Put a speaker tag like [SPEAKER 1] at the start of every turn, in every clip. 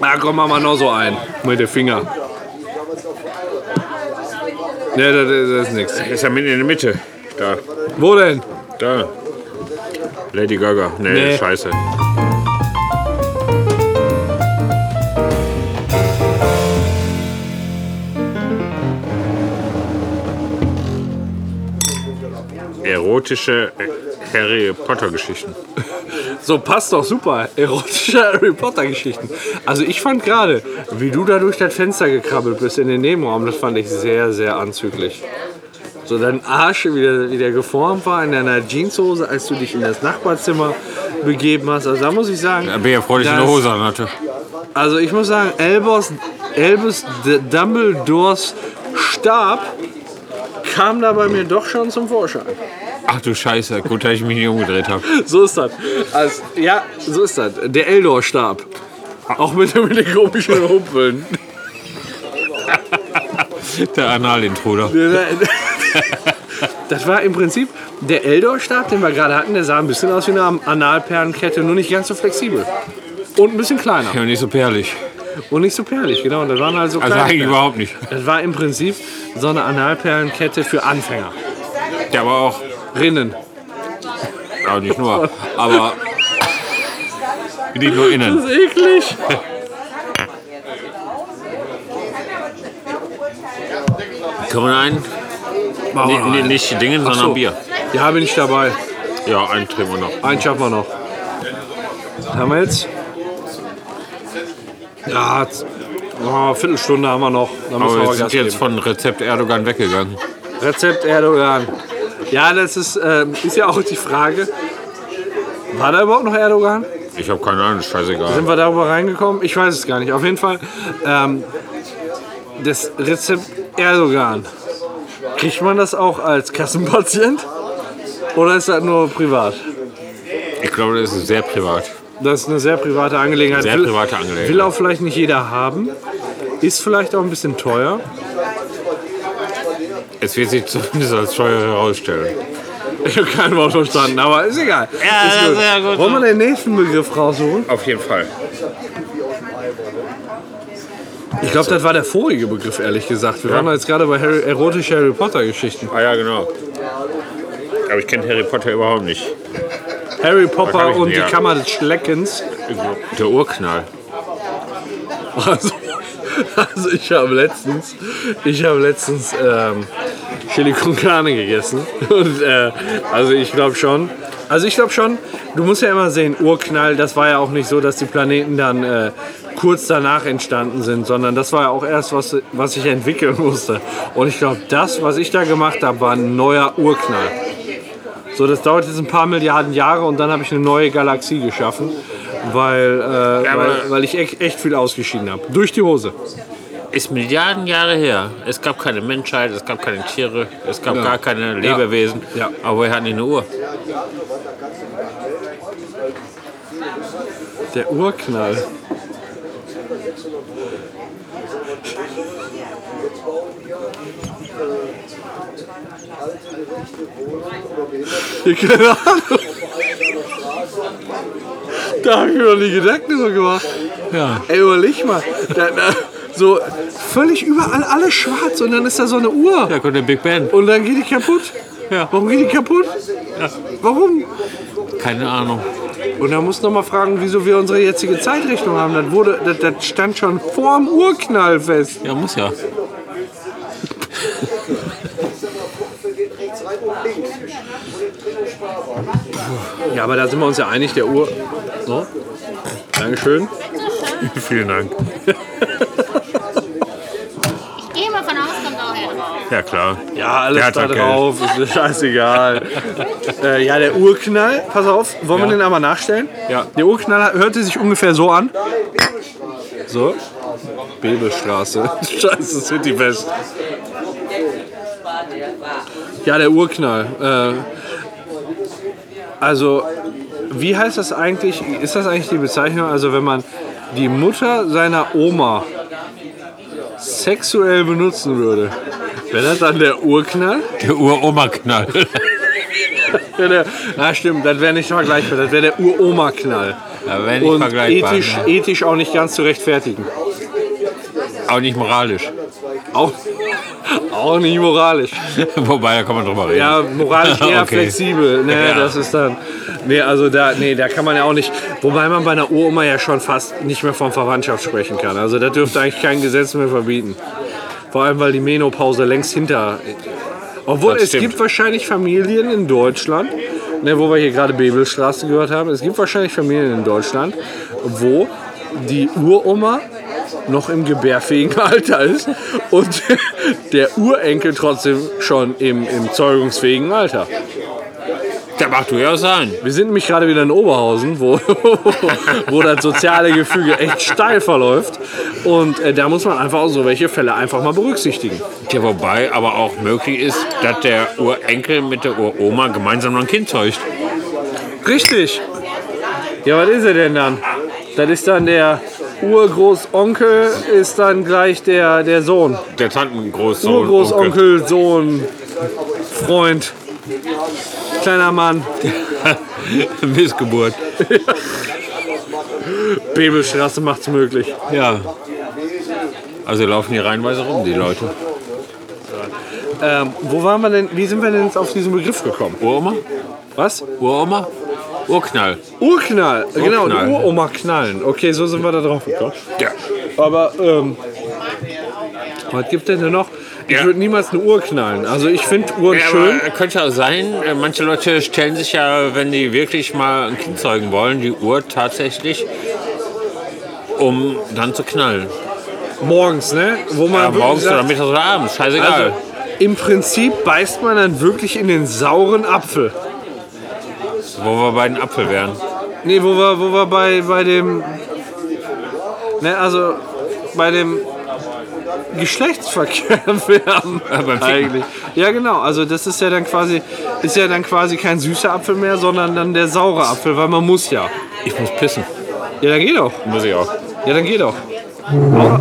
[SPEAKER 1] Na komm, mach mal noch so ein. Mit dem Finger. Ne, das, das das ist nichts.
[SPEAKER 2] Ist ja mitten in der Mitte. Da,
[SPEAKER 1] Wo denn?
[SPEAKER 2] da. Lady Gaga. Nee,
[SPEAKER 1] Nee.
[SPEAKER 2] scheiße. Erotische äh, Harry Potter Geschichten.
[SPEAKER 1] So, passt doch super. Erotische Harry Potter Geschichten. Also ich fand gerade, wie du da durch das Fenster gekrabbelt bist in den Nebenraum, das fand ich sehr, sehr anzüglich. So dein Arsch, wie der, wie der geformt war in deiner Jeanshose, als du dich in das Nachbarzimmer begeben hast. Also da muss ich sagen,
[SPEAKER 2] Da bin ich ja froh, dass ich eine
[SPEAKER 1] Das-
[SPEAKER 2] Hose an hatte.
[SPEAKER 1] also ich muss sagen, Elbos, Elbus D Dumbledores Stab kam da bei mir doch schon zum Vorschein.
[SPEAKER 2] Ach du Scheiße, gut, dass ich mich nicht umgedreht habe.
[SPEAKER 1] So ist das. Also, ja, so ist das. Der Eldor-Stab. Auch mit, mit den komischen Humpeln.
[SPEAKER 2] Der Analintruder.
[SPEAKER 1] Das war im Prinzip der Eldor-Stab, den wir gerade hatten. Der sah ein bisschen aus wie eine Analperlenkette, nur nicht ganz so flexibel. Und ein bisschen kleiner.
[SPEAKER 2] Ja, nicht so perlig.
[SPEAKER 1] Und nicht so perlig, genau. Und das waren halt so
[SPEAKER 2] Also
[SPEAKER 1] kleine
[SPEAKER 2] eigentlich
[SPEAKER 1] Perlen.
[SPEAKER 2] überhaupt nicht.
[SPEAKER 1] Das war im Prinzip so eine Analperlenkette für Anfänger.
[SPEAKER 2] Der war auch,
[SPEAKER 1] Rinnen.
[SPEAKER 2] ja, nicht nur, aber nicht nur innen.
[SPEAKER 1] Das ist eklig.
[SPEAKER 2] Können wir einen? Nee, nee, nicht die Dinge, sondern
[SPEAKER 1] so.
[SPEAKER 2] Bier.
[SPEAKER 1] Ja, bin ich dabei.
[SPEAKER 2] Ja, einen trinken wir noch.
[SPEAKER 1] Einen schaffen wir noch. Haben wir jetzt? Ja, z- oh, Viertelstunde haben wir noch. Dann müssen
[SPEAKER 2] Aber
[SPEAKER 1] wir
[SPEAKER 2] wir
[SPEAKER 1] aber Gas
[SPEAKER 2] sind jetzt
[SPEAKER 1] geben.
[SPEAKER 2] von Rezept Erdogan weggegangen.
[SPEAKER 1] Rezept Erdogan. Ja, das ist, ähm, ist ja auch die Frage. War da überhaupt noch Erdogan?
[SPEAKER 2] Ich habe keine Ahnung, scheißegal.
[SPEAKER 1] Sind wir darüber reingekommen? Ich weiß es gar nicht. Auf jeden Fall, ähm, das Rezept Erdogan. Kriegt man das auch als Kassenpatient? Oder ist das nur privat?
[SPEAKER 2] Ich glaube, das ist sehr privat.
[SPEAKER 1] Das ist eine sehr private Angelegenheit.
[SPEAKER 2] Sehr
[SPEAKER 1] Will-
[SPEAKER 2] private Angelegenheit.
[SPEAKER 1] Will auch vielleicht nicht jeder haben. Ist vielleicht auch ein bisschen teuer.
[SPEAKER 2] Es wird sich zumindest als teuer herausstellen.
[SPEAKER 1] Ich habe kein Wort verstanden, aber ist egal.
[SPEAKER 2] Ja,
[SPEAKER 1] ist
[SPEAKER 2] das ist ja gut.
[SPEAKER 1] Wollen wir den nächsten Begriff raussuchen?
[SPEAKER 2] Auf jeden Fall.
[SPEAKER 1] Ich glaube, das war der vorige Begriff, ehrlich gesagt. Wir waren jetzt gerade bei Harry, erotische Harry Potter Geschichten.
[SPEAKER 2] Ah ja, genau. Aber ich kenne Harry Potter überhaupt nicht.
[SPEAKER 1] Harry
[SPEAKER 2] Da kann
[SPEAKER 1] Potter
[SPEAKER 2] ich
[SPEAKER 1] und die
[SPEAKER 2] näher.
[SPEAKER 1] Kammer des Schleckens.
[SPEAKER 2] Der Urknall.
[SPEAKER 1] Also, also ich habe letztens, ich habe letztens ähm, Chili con Carne gegessen. Und, äh, also ich glaube schon. Also ich glaube schon. Du musst ja immer sehen, Urknall. Das war ja auch nicht so, dass die Planeten dann äh, kurz danach entstanden sind, sondern das war ja auch erst was, was ich entwickeln musste. Und ich glaube, das, was ich da gemacht habe, war ein neuer Urknall. So, das dauert jetzt ein paar Milliarden Jahre und dann habe ich eine neue Galaxie geschaffen, weil, äh,
[SPEAKER 2] aber-
[SPEAKER 1] weil, weil ich echt, echt viel ausgeschieden habe. Durch die Hose.
[SPEAKER 2] Ist Milliarden Jahre her. Es gab keine Menschheit, es gab keine Tiere, es gab
[SPEAKER 1] Ja.
[SPEAKER 2] gar keine Lebewesen.
[SPEAKER 1] Ja.
[SPEAKER 2] Aber er hat nicht eine Uhr.
[SPEAKER 1] Der Urknall. Ja, Keine Ahnung. Da habe ich mir noch nie Gedanken drüber gemacht.
[SPEAKER 2] Ja.
[SPEAKER 1] Ey, überleg mal. Da, da, so völlig überall alles schwarz und dann ist da so eine Uhr.
[SPEAKER 2] Da kommt der Big Ben.
[SPEAKER 1] Und dann geht die kaputt.
[SPEAKER 2] Ja.
[SPEAKER 1] Warum geht die kaputt? Warum?
[SPEAKER 2] Keine Ahnung.
[SPEAKER 1] Und da muss noch mal fragen, wieso wir unsere jetzige Zeitrechnung haben. Das, wurde, das, das stand schon vorm Urknall fest.
[SPEAKER 2] Ja, muss ja.
[SPEAKER 1] Ja, aber da sind wir uns ja einig, der Uhr. So. Dankeschön.
[SPEAKER 2] Vielen Dank.
[SPEAKER 3] Ich gehe mal von aus, kommt auch her.
[SPEAKER 2] Ja, klar.
[SPEAKER 1] Ja,
[SPEAKER 2] Der
[SPEAKER 1] alles
[SPEAKER 2] hat
[SPEAKER 1] da
[SPEAKER 2] halt Geld.
[SPEAKER 1] drauf. Ist mir scheißegal. äh, ja, der Urknall. Pass auf, wollen wir
[SPEAKER 2] Ja.
[SPEAKER 1] den einmal nachstellen?
[SPEAKER 2] Ja.
[SPEAKER 1] Der Urknall hörte sich ungefähr so an. So. Bebelstraße. Scheiße, City West. Ja, der Urknall. Äh, also, wie heißt das eigentlich? Ist das eigentlich die Bezeichnung? Also, wenn man die Mutter seiner Oma sexuell benutzen würde, wäre das dann der Urknall?
[SPEAKER 2] Der Uroma-Knall.
[SPEAKER 1] Wäre der, na stimmt, das wäre nicht vergleichbar, das wäre der Uroma-Knall.
[SPEAKER 2] Da wäre nicht
[SPEAKER 1] und
[SPEAKER 2] vergleichbar.
[SPEAKER 1] ethisch,
[SPEAKER 2] ne?
[SPEAKER 1] ethisch auch nicht ganz zu rechtfertigen.
[SPEAKER 2] Auch nicht moralisch.
[SPEAKER 1] Auch, auch nicht moralisch.
[SPEAKER 2] Wobei, da kann man drüber reden.
[SPEAKER 1] Ja, moralisch eher
[SPEAKER 2] Okay.
[SPEAKER 1] flexibel. Ne,
[SPEAKER 2] Ja.
[SPEAKER 1] Das ist dann. Nee, also da, nee, da kann man ja auch nicht. Wobei man bei einer Uroma ja schon fast nicht mehr von Verwandtschaft sprechen kann. Also da dürfte eigentlich kein Gesetz mehr verbieten. Vor allem, weil die Menopause längst hinter. Obwohl
[SPEAKER 2] Das
[SPEAKER 1] es
[SPEAKER 2] stimmt.
[SPEAKER 1] gibt wahrscheinlich Familien in Deutschland, ne, wo wir hier gerade Bebelstraße gehört haben, es gibt wahrscheinlich Familien in Deutschland, wo die Uroma noch im gebärfähigen Alter ist und der Urenkel trotzdem schon im, im zeugungsfähigen Alter.
[SPEAKER 2] Das mag durchaus sein.
[SPEAKER 1] Wir sind nämlich gerade wieder in Oberhausen, wo, wo das soziale Gefüge echt steil verläuft. Und äh, da muss man einfach auch so welche Fälle einfach mal berücksichtigen.
[SPEAKER 2] Ja, wobei aber auch möglich ist, dass der Urenkel mit der Uroma gemeinsam noch ein Kind zeugt.
[SPEAKER 1] Richtig. Ja, was ist er denn dann? Das ist dann der Urgroßonkel, ist dann gleich der, der Sohn.
[SPEAKER 2] Der Tantengroßsohn.
[SPEAKER 1] Urgroßonkel, Sohn, Freund, kleiner Mann.
[SPEAKER 2] Onkel. Missgeburt.
[SPEAKER 1] Bebelstraße macht's möglich.
[SPEAKER 2] Ja. Also laufen die reihenweise rum, die Leute.
[SPEAKER 1] Ähm, wo waren wir denn, wie sind wir denn jetzt auf diesen Begriff gekommen?
[SPEAKER 2] Uroma?
[SPEAKER 1] Was?
[SPEAKER 2] Uroma? Urknall.
[SPEAKER 1] Urknall, genau,
[SPEAKER 2] Urknall.
[SPEAKER 1] die Uroma knallen. Okay, so sind wir da drauf gekommen.
[SPEAKER 2] Ja.
[SPEAKER 1] Aber, ähm, was gibt denn denn noch? Ich
[SPEAKER 2] Ja.
[SPEAKER 1] würde niemals eine Uhr knallen. Also ich finde Uhren
[SPEAKER 2] Ja,
[SPEAKER 1] schön.
[SPEAKER 2] aber könnte auch sein, äh, manche Leute stellen sich ja, wenn die wirklich mal ein Kind zeugen wollen, die Uhr tatsächlich, um dann zu knallen.
[SPEAKER 1] Morgens, ne? Wo man
[SPEAKER 2] Ja,
[SPEAKER 1] wirklich
[SPEAKER 2] morgens
[SPEAKER 1] sagt,
[SPEAKER 2] oder mittags oder abends, scheißegal.
[SPEAKER 1] also, im Prinzip beißt man dann wirklich in den sauren Apfel.
[SPEAKER 2] Wo wir bei den Apfel wären.
[SPEAKER 1] Nee, wo wir, wo wir bei, bei dem. Ne, also bei dem Geschlechtsverkehr wären.
[SPEAKER 2] beim Ficken.
[SPEAKER 1] eigentlich. Ja, genau. Also das ist ja dann quasi, ist ja dann quasi kein süßer Apfel mehr, sondern dann der saure Apfel, weil man muss ja.
[SPEAKER 2] Ich muss pissen.
[SPEAKER 1] Ja, dann geh doch.
[SPEAKER 2] Muss ich auch.
[SPEAKER 1] Ja, dann geh doch. Hau,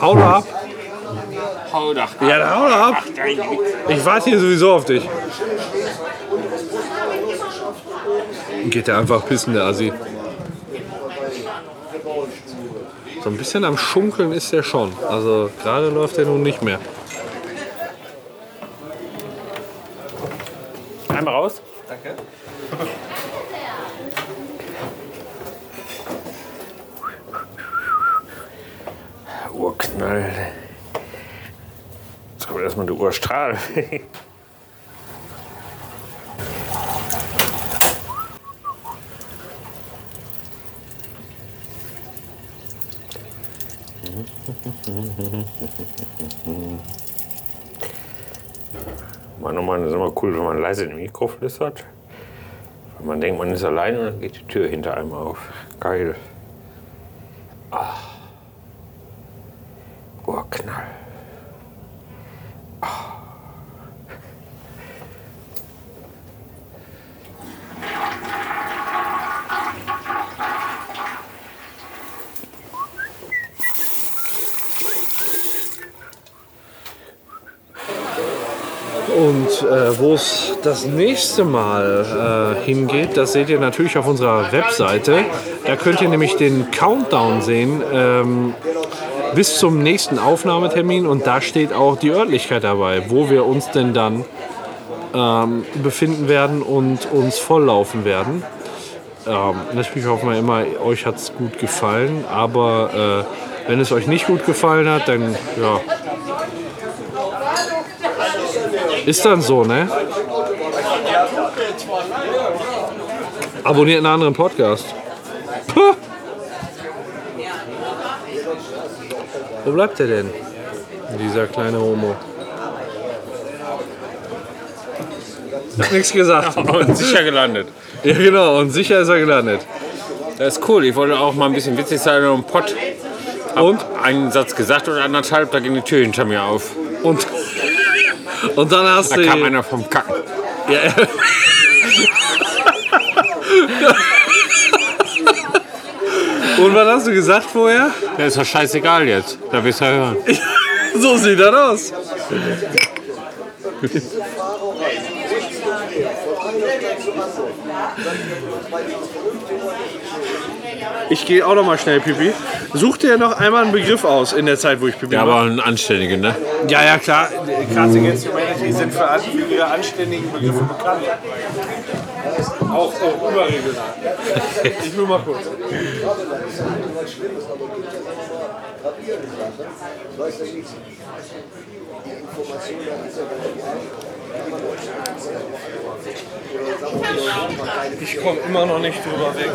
[SPEAKER 1] hau doch ab.
[SPEAKER 2] Hau doch.
[SPEAKER 1] Ja, dann hau doch ab. Ich warte hier sowieso auf dich. Geht der einfach pissen, der Assi. So ein bisschen am Schunkeln ist der schon. Also gerade läuft der nun nicht mehr.
[SPEAKER 2] Einmal raus. Danke. Urknall. Jetzt kommt erstmal der Urstrahl. Man, nochmal, oh das ist immer cool, wenn man leise in den Mikro flüstert. Wenn man denkt, man ist allein und dann geht die Tür hinter einem auf. Geil. Ah. Urknall.
[SPEAKER 1] Und äh, wo es das nächste Mal äh, hingeht, das seht ihr natürlich auf unserer Webseite. Da könnt ihr nämlich den Countdown sehen ähm, bis zum nächsten Aufnahmetermin und da steht auch die Örtlichkeit dabei, wo wir uns denn dann ähm, befinden werden und uns volllaufen werden. Ähm, natürlich hoffen wir immer, euch hat es gut gefallen, aber äh, wenn es euch nicht gut gefallen hat, dann ja. Ist dann so, ne? Abonniert einen anderen Podcast. Puh. Wo bleibt er denn? Dieser kleine Homo. Hat nichts gesagt.
[SPEAKER 2] Und sicher gelandet.
[SPEAKER 1] Ja, genau. Und sicher ist er gelandet.
[SPEAKER 2] Das ist cool. Ich wollte auch mal ein bisschen witzig sein und einen Pott.
[SPEAKER 1] Und?
[SPEAKER 2] Einen Satz gesagt und anderthalb, da ging die Tür hinter mir auf.
[SPEAKER 1] Und, und dann hast
[SPEAKER 2] Da
[SPEAKER 1] du.
[SPEAKER 2] kam einer vom Kacken.
[SPEAKER 1] Und was hast du gesagt vorher?
[SPEAKER 2] Der ist doch scheißegal jetzt. Da wirst du ja hören.
[SPEAKER 1] So sieht das aus. Ich gehe auch noch mal schnell Pipi. Such dir noch einmal einen Begriff aus in der Zeit, wo ich Pipi
[SPEAKER 2] Ja,
[SPEAKER 1] mache.
[SPEAKER 2] aber ein anständiger, ne?
[SPEAKER 1] Ja, ja, klar. Cards Against Humanity sind für alle für ihre anständigen Begriffe bekannt. Auch, auch überregional. Ich will mal kurz. Ich komme immer noch nicht drüber weg,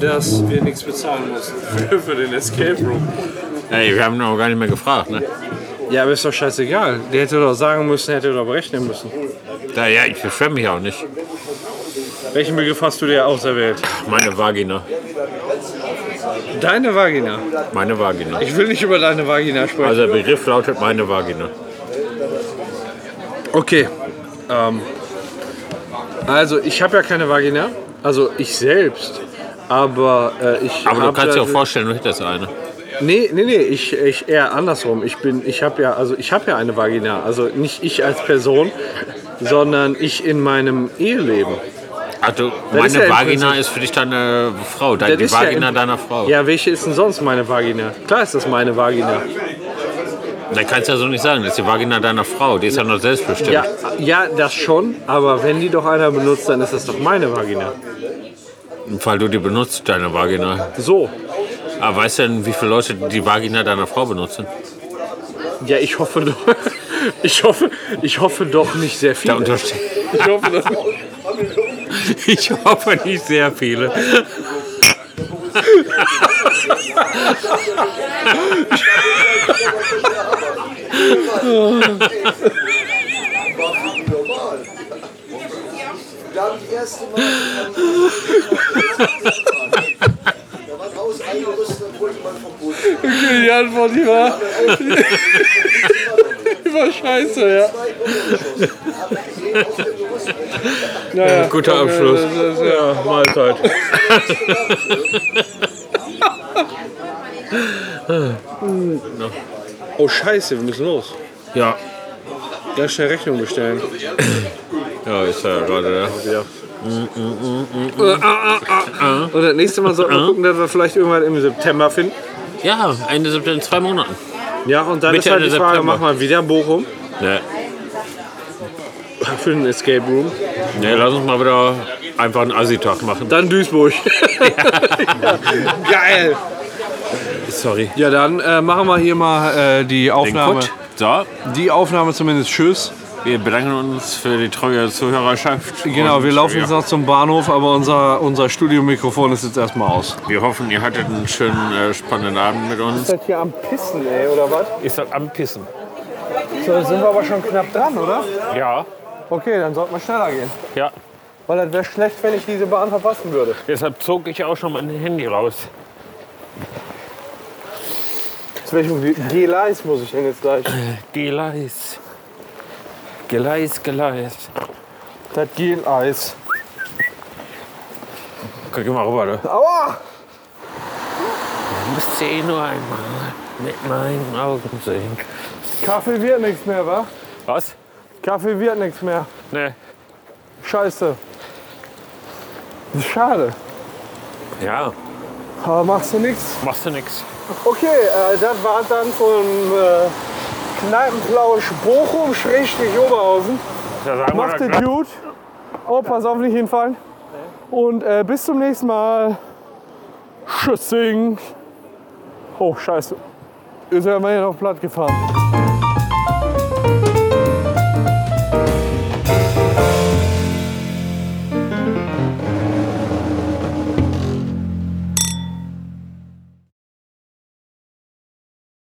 [SPEAKER 1] dass wir nichts bezahlen müssen für, für den Escape Room.
[SPEAKER 2] Ey, wir haben noch gar nicht mehr gefragt, ne?
[SPEAKER 1] Ja, aber ist doch scheißegal. Der hätte doch sagen müssen, hätte doch berechnen müssen.
[SPEAKER 2] Da, ja, ich beschwere mich auch nicht.
[SPEAKER 1] Welchen Begriff hast du dir auserwählt?
[SPEAKER 2] Meine Vagina.
[SPEAKER 1] Deine Vagina.
[SPEAKER 2] Meine Vagina.
[SPEAKER 1] Ich will nicht über deine Vagina sprechen.
[SPEAKER 2] Also der Begriff lautet meine Vagina.
[SPEAKER 1] Also, Okay. Ähm, also, ich habe ja keine Vagina. Also, ich selbst. Aber äh, ich.
[SPEAKER 2] Aber du
[SPEAKER 1] hab
[SPEAKER 2] kannst dir
[SPEAKER 1] da-
[SPEAKER 2] auch vorstellen, du hättest eine.
[SPEAKER 1] Nee, nee, nee, ich, ich eher andersrum. Ich bin, ich habe ja, also ich habe ja eine Vagina. Also nicht ich als Person, sondern ich in meinem Eheleben.
[SPEAKER 2] Also
[SPEAKER 1] ist ja
[SPEAKER 2] meine
[SPEAKER 1] im
[SPEAKER 2] Vagina ist für dich deine Frau, dein,
[SPEAKER 1] Das
[SPEAKER 2] die
[SPEAKER 1] ist ja
[SPEAKER 2] Vagina
[SPEAKER 1] im-
[SPEAKER 2] deiner Frau.
[SPEAKER 1] Ja, welche ist denn sonst meine Vagina? Klar ist das meine Vagina.
[SPEAKER 2] Dann kannst du ja so nicht sagen, das ist die Vagina deiner Frau, die ist ja noch selbstbestimmt.
[SPEAKER 1] Ja, ja, das schon, aber wenn die doch einer benutzt, dann ist das doch meine Vagina.
[SPEAKER 2] Weil du die benutzt, deine Vagina.
[SPEAKER 1] So.
[SPEAKER 2] Aber weißt du denn, wie viele Leute die Vagina deiner Frau benutzen?
[SPEAKER 1] Ja, ich hoffe doch. Ich hoffe, ich hoffe doch nicht sehr viel.
[SPEAKER 2] Da unterste-
[SPEAKER 1] Ich hoffe, dass
[SPEAKER 2] ich hoffe nicht sehr viele.
[SPEAKER 1] die Antwort, die war. Die war scheiße, ja. Naja,
[SPEAKER 2] Guter Abschluss.
[SPEAKER 1] Das, das, ja, Mahlzeit. Oh, Scheiße, wir müssen los.
[SPEAKER 2] Ja.
[SPEAKER 1] Ganz schnell Rechnung bestellen.
[SPEAKER 2] Ja, ist ja gerade. Ja.
[SPEAKER 1] Und das nächste Mal sollten wir gucken, dass wir vielleicht irgendwann im September finden.
[SPEAKER 2] ja, Ende September, in zwei Monaten.
[SPEAKER 1] Ja, und dann
[SPEAKER 2] Mitte
[SPEAKER 1] ist halt die
[SPEAKER 2] Ende
[SPEAKER 1] Frage,
[SPEAKER 2] September.
[SPEAKER 1] machen wir wieder Bochum
[SPEAKER 2] Nee.
[SPEAKER 1] für den Escape Room.
[SPEAKER 2] Nee, lass uns mal wieder einfach einen Assi-Tag machen.
[SPEAKER 1] Dann Duisburg. Geil.
[SPEAKER 2] Sorry.
[SPEAKER 1] Ja, dann äh, machen wir hier mal äh, die
[SPEAKER 2] Den
[SPEAKER 1] Aufnahme.
[SPEAKER 2] Kutt. So,
[SPEAKER 1] Die Aufnahme zumindest. Tschüss.
[SPEAKER 2] wir bedanken uns für die treue Zuhörerschaft.
[SPEAKER 1] Genau,
[SPEAKER 2] Und,
[SPEAKER 1] wir laufen
[SPEAKER 2] ja,
[SPEAKER 1] jetzt noch zum Bahnhof, aber unser, unser Studiomikrofon ist jetzt erstmal aus.
[SPEAKER 2] Wir hoffen, ihr hattet einen schönen, äh, spannenden Abend mit uns.
[SPEAKER 1] Seid hier am Pissen, ey, oder was?
[SPEAKER 2] Ist das am Pissen?
[SPEAKER 1] So, sind wir aber schon knapp dran, oder?
[SPEAKER 2] Ja.
[SPEAKER 1] Okay, dann sollten wir schneller gehen.
[SPEAKER 2] Ja.
[SPEAKER 1] Weil das wäre schlecht, wenn ich diese Bahn verpassen würde.
[SPEAKER 2] Deshalb zog ich auch schon mein Handy raus.
[SPEAKER 1] Zu welchem Gleis muss ich denn jetzt gleich?
[SPEAKER 2] Gleis. Gleis, Gleis.
[SPEAKER 1] Das Gleis.
[SPEAKER 2] Guck mal rüber, du.
[SPEAKER 1] Aua!
[SPEAKER 2] Du musst sie eh nur einmal mit meinen Augen sehen.
[SPEAKER 1] Kaffee wird nichts mehr, wa?
[SPEAKER 2] Was?
[SPEAKER 1] Kaffee wird nichts mehr.
[SPEAKER 2] Ne.
[SPEAKER 1] Scheiße. Schade.
[SPEAKER 2] Ja,
[SPEAKER 1] Aber machst du nichts?
[SPEAKER 2] machst du nix.
[SPEAKER 1] Okay, äh, das war dann vom äh, Kneipenplausch Bochum schrägstrich Oberhausen.
[SPEAKER 2] Da sagen
[SPEAKER 1] Macht
[SPEAKER 2] wir
[SPEAKER 1] es gut. Oh, pass auf, nicht hinfallen. Und äh, bis zum nächsten Mal. Tschüssing. Oh, scheiße. Jetzt sind wir hier noch platt gefahren.